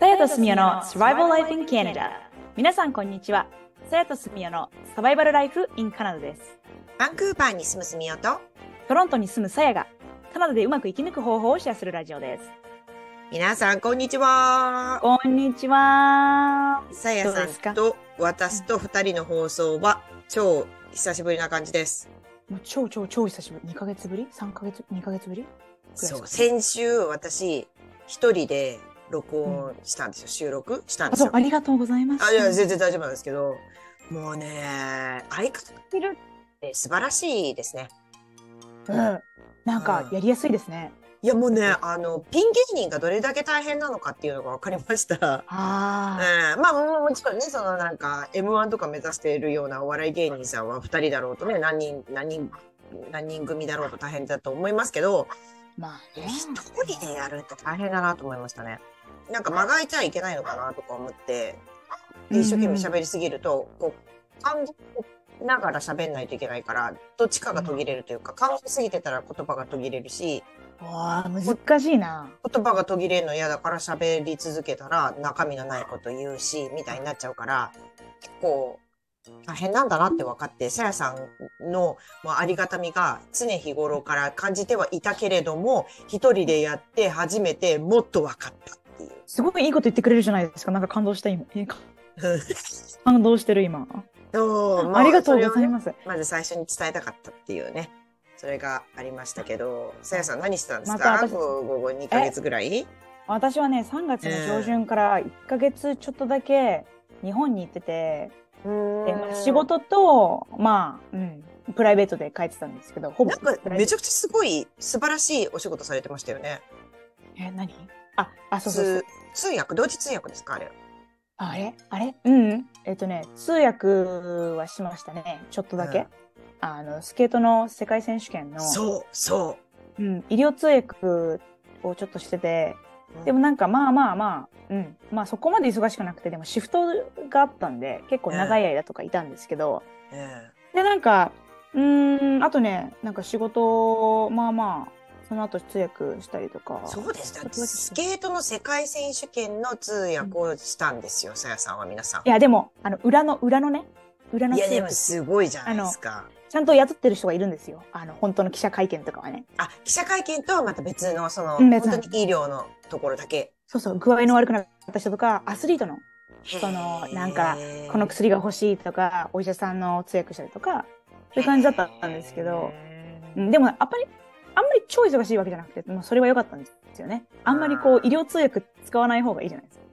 さやとすみおのサバイバルライフ in Canada 皆さんこんにちはさやとすみおのサバイバルライフ in カナダですバンクーバーに住む住みよとトロントに住むさやがカナダでうまく生き抜く方法をシェアするラジオです皆さんこんにちはこんにちはさやどうですさかんと私と二人の放送は超久しぶりな感じですもう超超超久しぶり2ヶ月ぶり3ヶ月2ヶ月ぶり悔しいそう先週私一人で録音したんですよ、収録したんあですそうよありがとうございますあいや全然大丈夫なんですけどもうね相方がいるって素晴らしいですねうんなんかやりやすいですねいやもうねあのピン芸人がどれだけ大変なのかっていうのが分かりましたあーええまあももちろんねそのなんか m 1とか目指しているようなお笑い芸人さんは2人だろうとね何人何人何人組だろうと大変だと思いますけどまあね一人でやると大変だなと思いましたね。なんか間が空いちゃいけないのかなとか思ってで一生懸命喋りすぎると、こう考えながら喋んないといけないからどっちかが途切れるというか考えすぎてたら言葉が途切れるしわあ難しいな言葉が途切れるの嫌だから喋り続けたら中身のないこと言うしみたいになっちゃうから結構大変なんだなって分かってさやさんのまあありがたみが常日頃から感じてはいたけれども一人でやって初めてもっと分かった っていう。すごくいいこと言ってくれるじゃないですか。なんか感動した今。えか感動してる今。そうまありがとうごそざいれをねます。まず最初に伝えたかったっていうねそれがありましたけどさやさん何してたんですまか、た私午後2ヶ月ぐらい私はね、3月の上旬から1ヶ月ちょっとだけ日本に行ってて、うーんでまあ仕事と、まあ、うん、プライベートで帰ってたんですけど、ほぼ。なんかプライベめーちゃくちゃすごい素晴らしいお仕事されてましたよね。トえ、何あ、あ、そうそうそう。通通訳同時通訳ですかあれ。ああれあれうんうん。えっとね、通訳はしましたね。ちょっとだけ。うんあの、スケートの世界選手権の、そうそうん、医療通訳をちょっとしてて、う。でもなんかまあまあまあ、うん、まあそこまで忙しくなくて、でもシフトがあったんで、結構長い間とかいたんですけど、うん、でなんか、うーん、あとね、なんか仕事、まあまあ、その後通訳したりとか。そうですちょっとだけスケートの世界選手権の通訳をしたんですよ、さやさんは皆さん。いや、でも、あの、裏の、裏のね、裏のい通やで訳も、すごいじゃないですか。ちゃんと雇ってる人がいるんですよ。あの、本当の記者会見とかはね。あ記者会見とはまた別のそのうん本別の当に医療のところだけ。そうそう、具合の悪くなった人とか、アスリートの、そそのなんかこの薬が欲しいとか、お医者さんの通訳したりとか、そういう感じだったんですけど、うんでもあんまりあんまり超忙しいわけじゃなくて、もうそれは良かったんですよね。あんまりこうあー医療通訳使わない方がいいじゃないですか。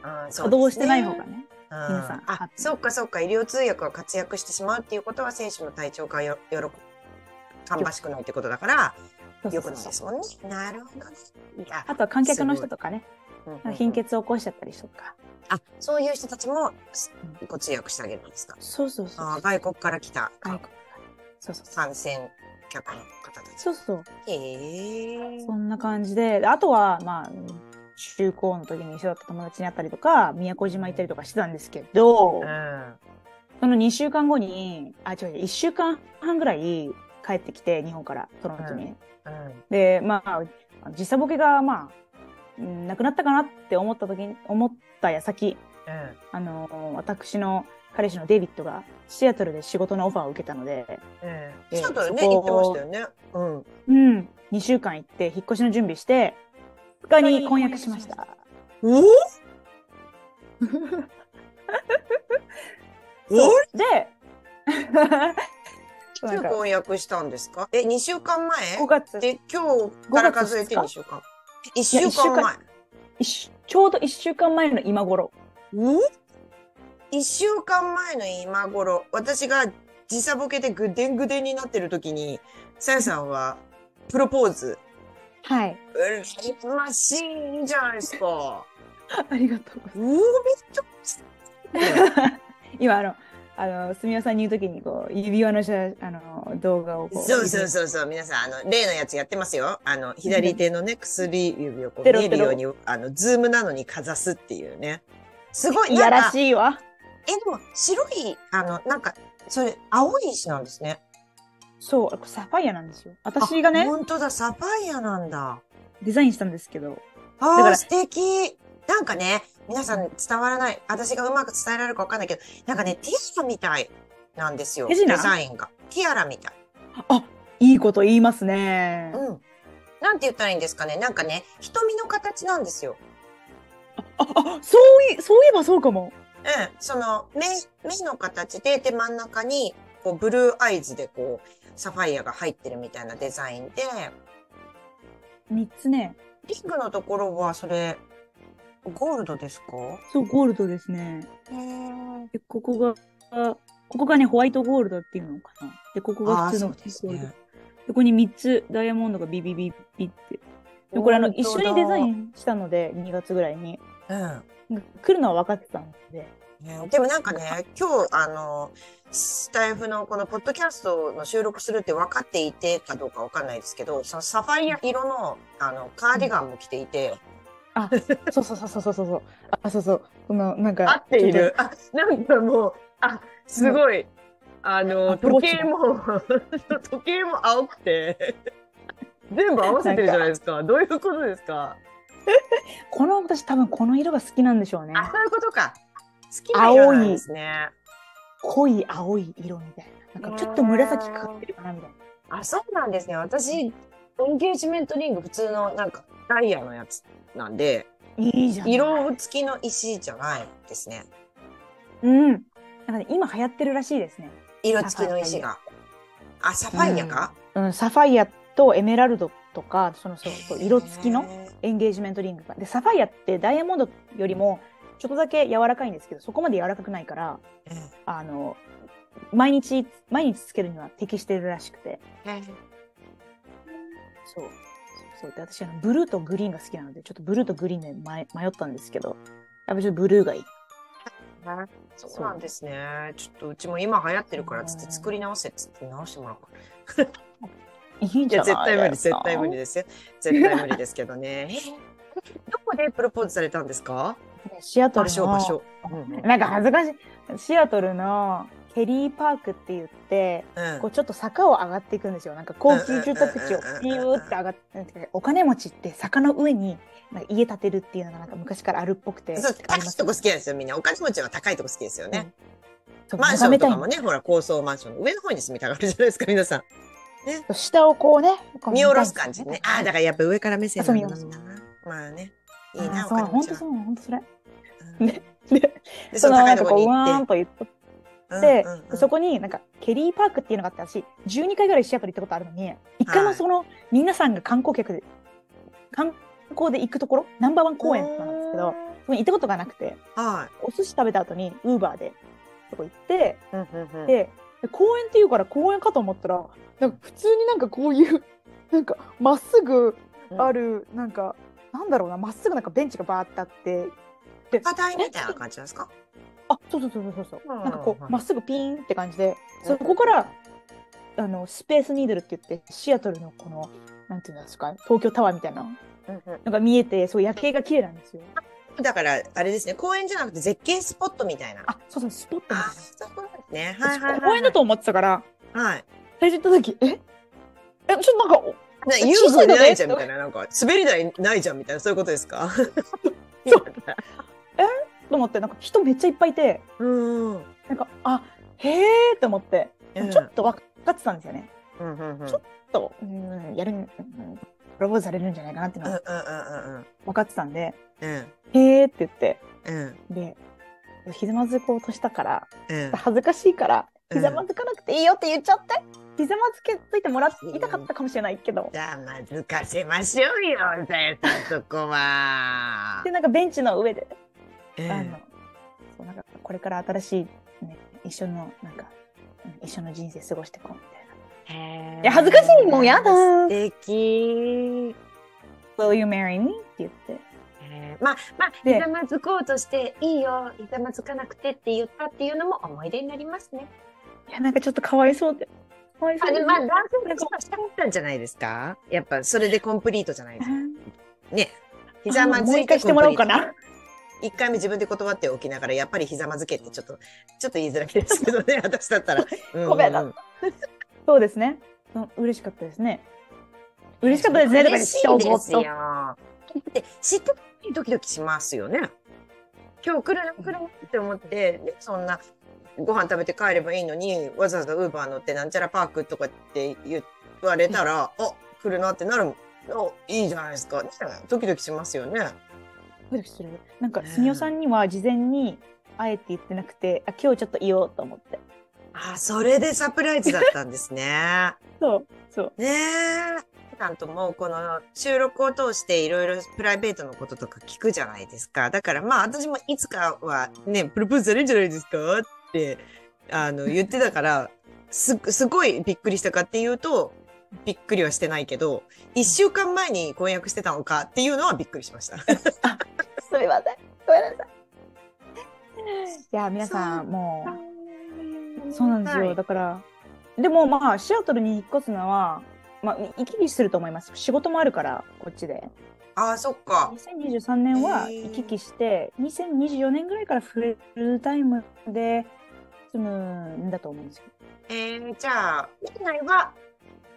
稼稼働してない方がね。皆さんあ、そうかそうか、医療通訳が活躍してしまうっていうことは、選手の体調がよ、よろ、芳しくないってことだから、そうそようそうくないですもんね。なるほどね。いやあとは観客の人とかね、うん貧血を起こしちゃったりとか。あ、そういう人たちも、すご通訳してあげるんですか。そうそうそう。あ、外国から来た外国からそうそうそう。参戦客の方たち。そうそう。へえ。そんな感じで、であとはまあ、中高の時に一緒だった友達に会ったりとか、宮古島行ったりとかしてたんですけど、うん。その2週間後に、あ、違う違う、1週間半ぐらい帰ってきて、日本から、トロントに。うん。で、まあ、あの時差ボケが、まあ、うんなくなったかなって思った時に、思った矢先、あのー、私の彼氏のデイビッドが、シアトルで仕事のオファーを受けたので、うん。でちょっとね、そ言こってましたよね。うん。うん、2週間行って、引っ越しの準備して、2日に婚約しました。お おそうで、 いなんつか婚約したんですかえ、2週間前5月、で、今日から数えて5 2月週間。1週間前。一ちょうど1週間前の今頃。お1週間前の今頃、私が時差ボケでぐでんぐでんになってる時に、さやさんはプロポーズ。はい。うらましいじゃないですか。ありがとうございます。うお、びっちょっ今あの、あの、すみさんに言うときに、こう、指輪の写あの、動画をこう。そうそうそうそう、皆さん、あの、例のやつやってますよ。あの、左手のね、薬指をこうテロ見えるテよロうに、あの、ズームなのにかざすっていうね。すごい、いやなんらかしいわ。え、でも白い、あの、なんか、それ、青い石なんですね。そう、これサファイアなんですよ。私がね、本当だ、サファイアなんだ。デザインしたんですけど、あだかあ、ら素敵。なんかね、皆さん伝わらない。私がうまく伝えられるかわかんないけど、なんかね、ティアラみたいなんですよ。手デ品ザインが。ティアラみたい。いいこと言いますね。うん。なんて言ったらいいんですかね。なんかね、瞳の形なんですよ。あ、あ、そうい、そういえばそうかも。うん。その、目、目の形で、で、真ん中に、こう、ブルーアイズで、こう、サファイアが入ってるみたいなデザインで、三つね、リングのところは、それ、ゴールドですかそう、ゴールドですね。へーで、ここが、ここがね、ホワイトゴールドっていうのかな。で、ここがあ普通ー、そのうピンでクすゴールド。ね。ここに3つダイヤモンドがビビビビって。でこれあの、一緒にデザイン。ンしたので、2月ぐらいに。うん。来るのは分かってたので。ねでもなんかね、今日、あの、スタイフのこのポッドキャストの収録するって分かっていてかどうか分かんないですけど、そのサファイア色の、あの、カーディガンも着ていて、あ、そうそうそうそうそうそう。あ、そうそう。この、なんか。合っていちょっる。あ、なんかもう、あ、すごい。あの、 Apple Watch 時計も、 時計も青くて、全部合わせてるじゃないですか。どういうことですかと。この、私多分この色が好きなんでしょうね。あ、そういうことか。好きな色なんですね。濃い青い色みたいな。なんかちょっと紫かかってるかなみたいな。あ、そうなんですね。私、エンゲージメントリング普通のなんかダイヤのやつなんで、いいじゃん。色付きの石じゃないですね。うん。なんかね、今流行ってるらしいですね。色付きの石が。あ、サファイアか、うん、サファイアとエメラルドとか、そのそうそう色付きのへエンゲージメントリングが。で、サファイアってダイヤモンドよりもちょっとだけ柔らかいんですけど、そこまで柔らかくないから、ーうんあの、毎日、毎日つけるには適してるらしくて。へーそう。そうそうで私あの、ブルーとグリーンが好きなので、ちょっとブルーとグリーンで迷迷ったんですけど、やっぱちょっとブルーがいい。そうなんですね。ちょっとうちも今流行ってるからっつって作り直せっつって直してもらおうかな。いいんいじゃや、ない絶対無理、絶対無理ですよ。絶対無理ですけどね。えどこでプロポーズされたんですかシアトルの場所、場所。うんうん なんか恥ずかしい。シアトルのケリーパークって言って、うんこうちょっと坂を上がっていくんですよ。なんか高級住宅地をうんビうんうんうんうんューって上がって、なんていうかお金持ちって坂の上になんか家建てるっていうのがなんか昔からあるっぽくて。そう、あ高りまいすとこ好きなんですよ、みんな。お金持ちは高いとこ好きですよね。そうマンションとか眺もめね、ほら、高層マンションの上の方に住みたがるじゃないですか、皆さん。たい下をこうね、こう見下ろすたい感んですじよね。ああ、だからやっぱ上から目線あそうなんだ見下なろ。まあね。いあいーな、おそう金本持ち当そは。う、本当それ。 うんねで、で、そそのの高ないんとかここう、にうわー行んっと言ってて。でうんうんうんそこになんかケリーパークっていうのがあって私12回ぐらいシアトル行ったことあるのに一回もその、皆さんが観光客で観光で行くところナンバーワン公園なんですけど。そこに行ったことがなくてはお寿司食べた後にウーバーでそこ行ってい。うんうんうんでで公園っていうから公園かと思ったらなんか普通になんかこういう なんかまっすぐある、なんかなんだろうなまっすぐなんかベンチがバーってあって課題みたいな感じなんですかあそうそうそうそうそう、うんなんかこはいうまっすぐピーンって感じで、そこからあのスペースニードルって言ってシアトルのこのなんていうんですか東京タワーみたいなのが見えてそう夜景が綺麗なんですよだから、あれですね、公園じゃなくて絶景スポットみたいな。あそうそうスポットみあたー、そういうことですね。はいいな私はいはいはい。公園だと思ってたからはい。最初行った時ええちょっとなんかおね遊小さ具いのねないじゃんみたいな、なんか、滑り台ないじゃんみたいな、そういうことで すかそうと思ってなんか人めっちゃいっぱいいてうんうん。なんかあへえって思ってうちんょっと分かってたんですよね、うんうんうちょん。ちょっとうんやるんうんプロポーズされるんじゃないかなっていううんのうんはうん分かってたんで、うんへえって言ってうんうんでひざまずこうとしたからうん恥ずかしいからうんひざまずかなくていいよって言っちゃって、ひざまずけついてもらいたかったかもしれないけど、じゃあまずかせましょうよさやさんそこはでなんかベンチの上で、うんあのそうなんかこれから新しい、ね、一緒のなんかうん一緒の人生過ごしてこうみたいなへーいや恥ずかしいもんやだ素敵「Will you marry me?」って言ってへーまあまあでひざまずこうとしていいよひざまずかなくてって言ったっていうのも思い出になりますねいやなんかちょっとかわいそうでかわいそあうででもまあ男性としてはしたかったんじゃないですかやっぱそれでコンプリートじゃないですかねひざまずいてあもう一回してもらおうかな一回目自分で断っておきながらやっぱりひざまずけってちょっとちょっと言いづらいですけどね私だったらごめんなううそうですね。うん嬉しかったですね。嬉しかったですね。とか言っ嬉しいて、おぼでっすとよ。だって知ってたのにドキドキしますよね。今日来るな来るなって思って、ねそんなご飯食べて帰ればいいのにわざわざウーバー乗ってなんちゃらパークとかって言われたら、あ来るなってなるのいいじゃないですか、ねドキドキしますよね。ドキドキする。なんか、すみおさんには事前に、あえて言ってなくて、あ、今日ちょっと言おうと思って。あそれでサプライズだったんですね。そう、そう。ねえ。なんともうこの収録を通していろいろプライベートのこととか聞くじゃないですか。だからまあ私もいつかはね、プロポーズされるんじゃないですかってあ の言ってたから、す、すごいびっくりしたかっていうと、びっくりはしてないけど、一週間前に婚約してたのかっていうのはびっくりしました。すみません。ごめんなさい。いや、皆さん、もう、 そうなんですよ。だから、でもまあ、シアトルに引っ越すのは、まあ、行き来すると思います。仕事もあるから、こっちで。ああ、そっか。 2023年はへー行き来して、2024年ぐらいからフルタイムで住むんだと思うんですよ。えー、じゃあ、年内は、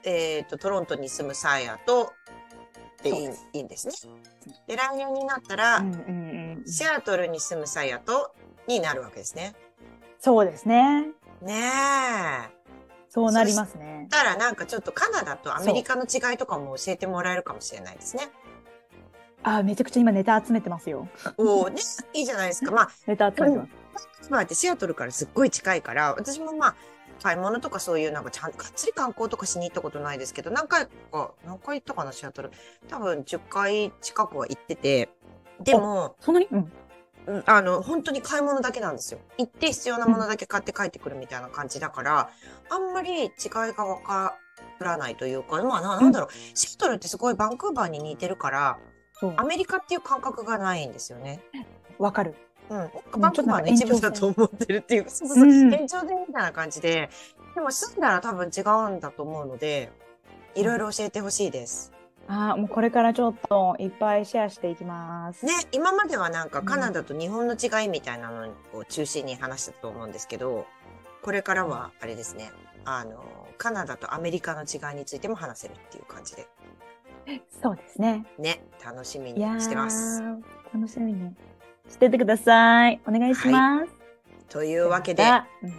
えっ、と、トロントに住むサーヤと、でいそういですいいんですね。で、来年になったら、うんうんうん、シアトルに住むサーヤと、になるわけですね。そうですね。ねえ。そうなりますね。たらなんかちょっとカナダとアメリカの違いとかも教えてもらえるかもしれないですね。あ、めちゃくちゃ今ネタ集めてますよ。おお、ね、いいじゃないですか。まあ、ネタ集めてます。まあ、ってシアトルからすっごい近いから、私もまあ、買い物とかそういうなんかちゃん、がっつり観光とかしに行ったことないですけど、何回か、何回行ったかな、シアトル。多分10回近くは行ってて、でも、そんなに、うん、うんあの、本当に買い物だけなんですよ。行って必要なものだけ買って帰ってくるみたいな感じだから、あんまり違いがわからないというか、まあな、なんだろう、シアトルってすごいバンクーバーに似てるから、そうア。メリカっていう感覚がないんですよね。わかる。うん、なんかうんバンクーバーの一部だと思ってるっていう、そうそう、うん延長でみたいな感じで、でも住んだら多分違うんだと思うので、いろいろ教えてほしいです。あー、もうこれからちょっといっぱいシェアしていきます。ね、今まではなんかカナダと日本の違いみたいなのを中心に話したと思うんですけど、これからはあれですね、あの、カナダとアメリカの違いについても話せるっていう感じで、そうですね。ね、楽しみいにやーしてます。楽しみにしててください。お願いします。といとうわけで、うん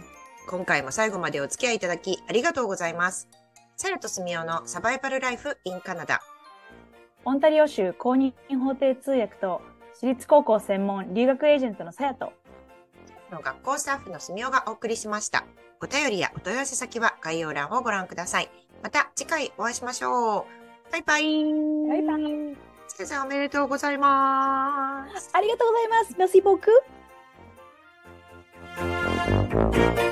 今回も最後までお付き合いいただきありがとうございます。サラとスミオのサバイバルライフインカナダ。オンタリオ州公認法廷通訳と私立高校専門留学エージェントのさやとの学校スタッフのすみおがお送りしました。お便りやお問い合わせ先は概要欄をご覧ください。また次回お会いしましょう。バイバイ。バイバイ先生おめでとうございます。ありがとうございます。ナスイポーク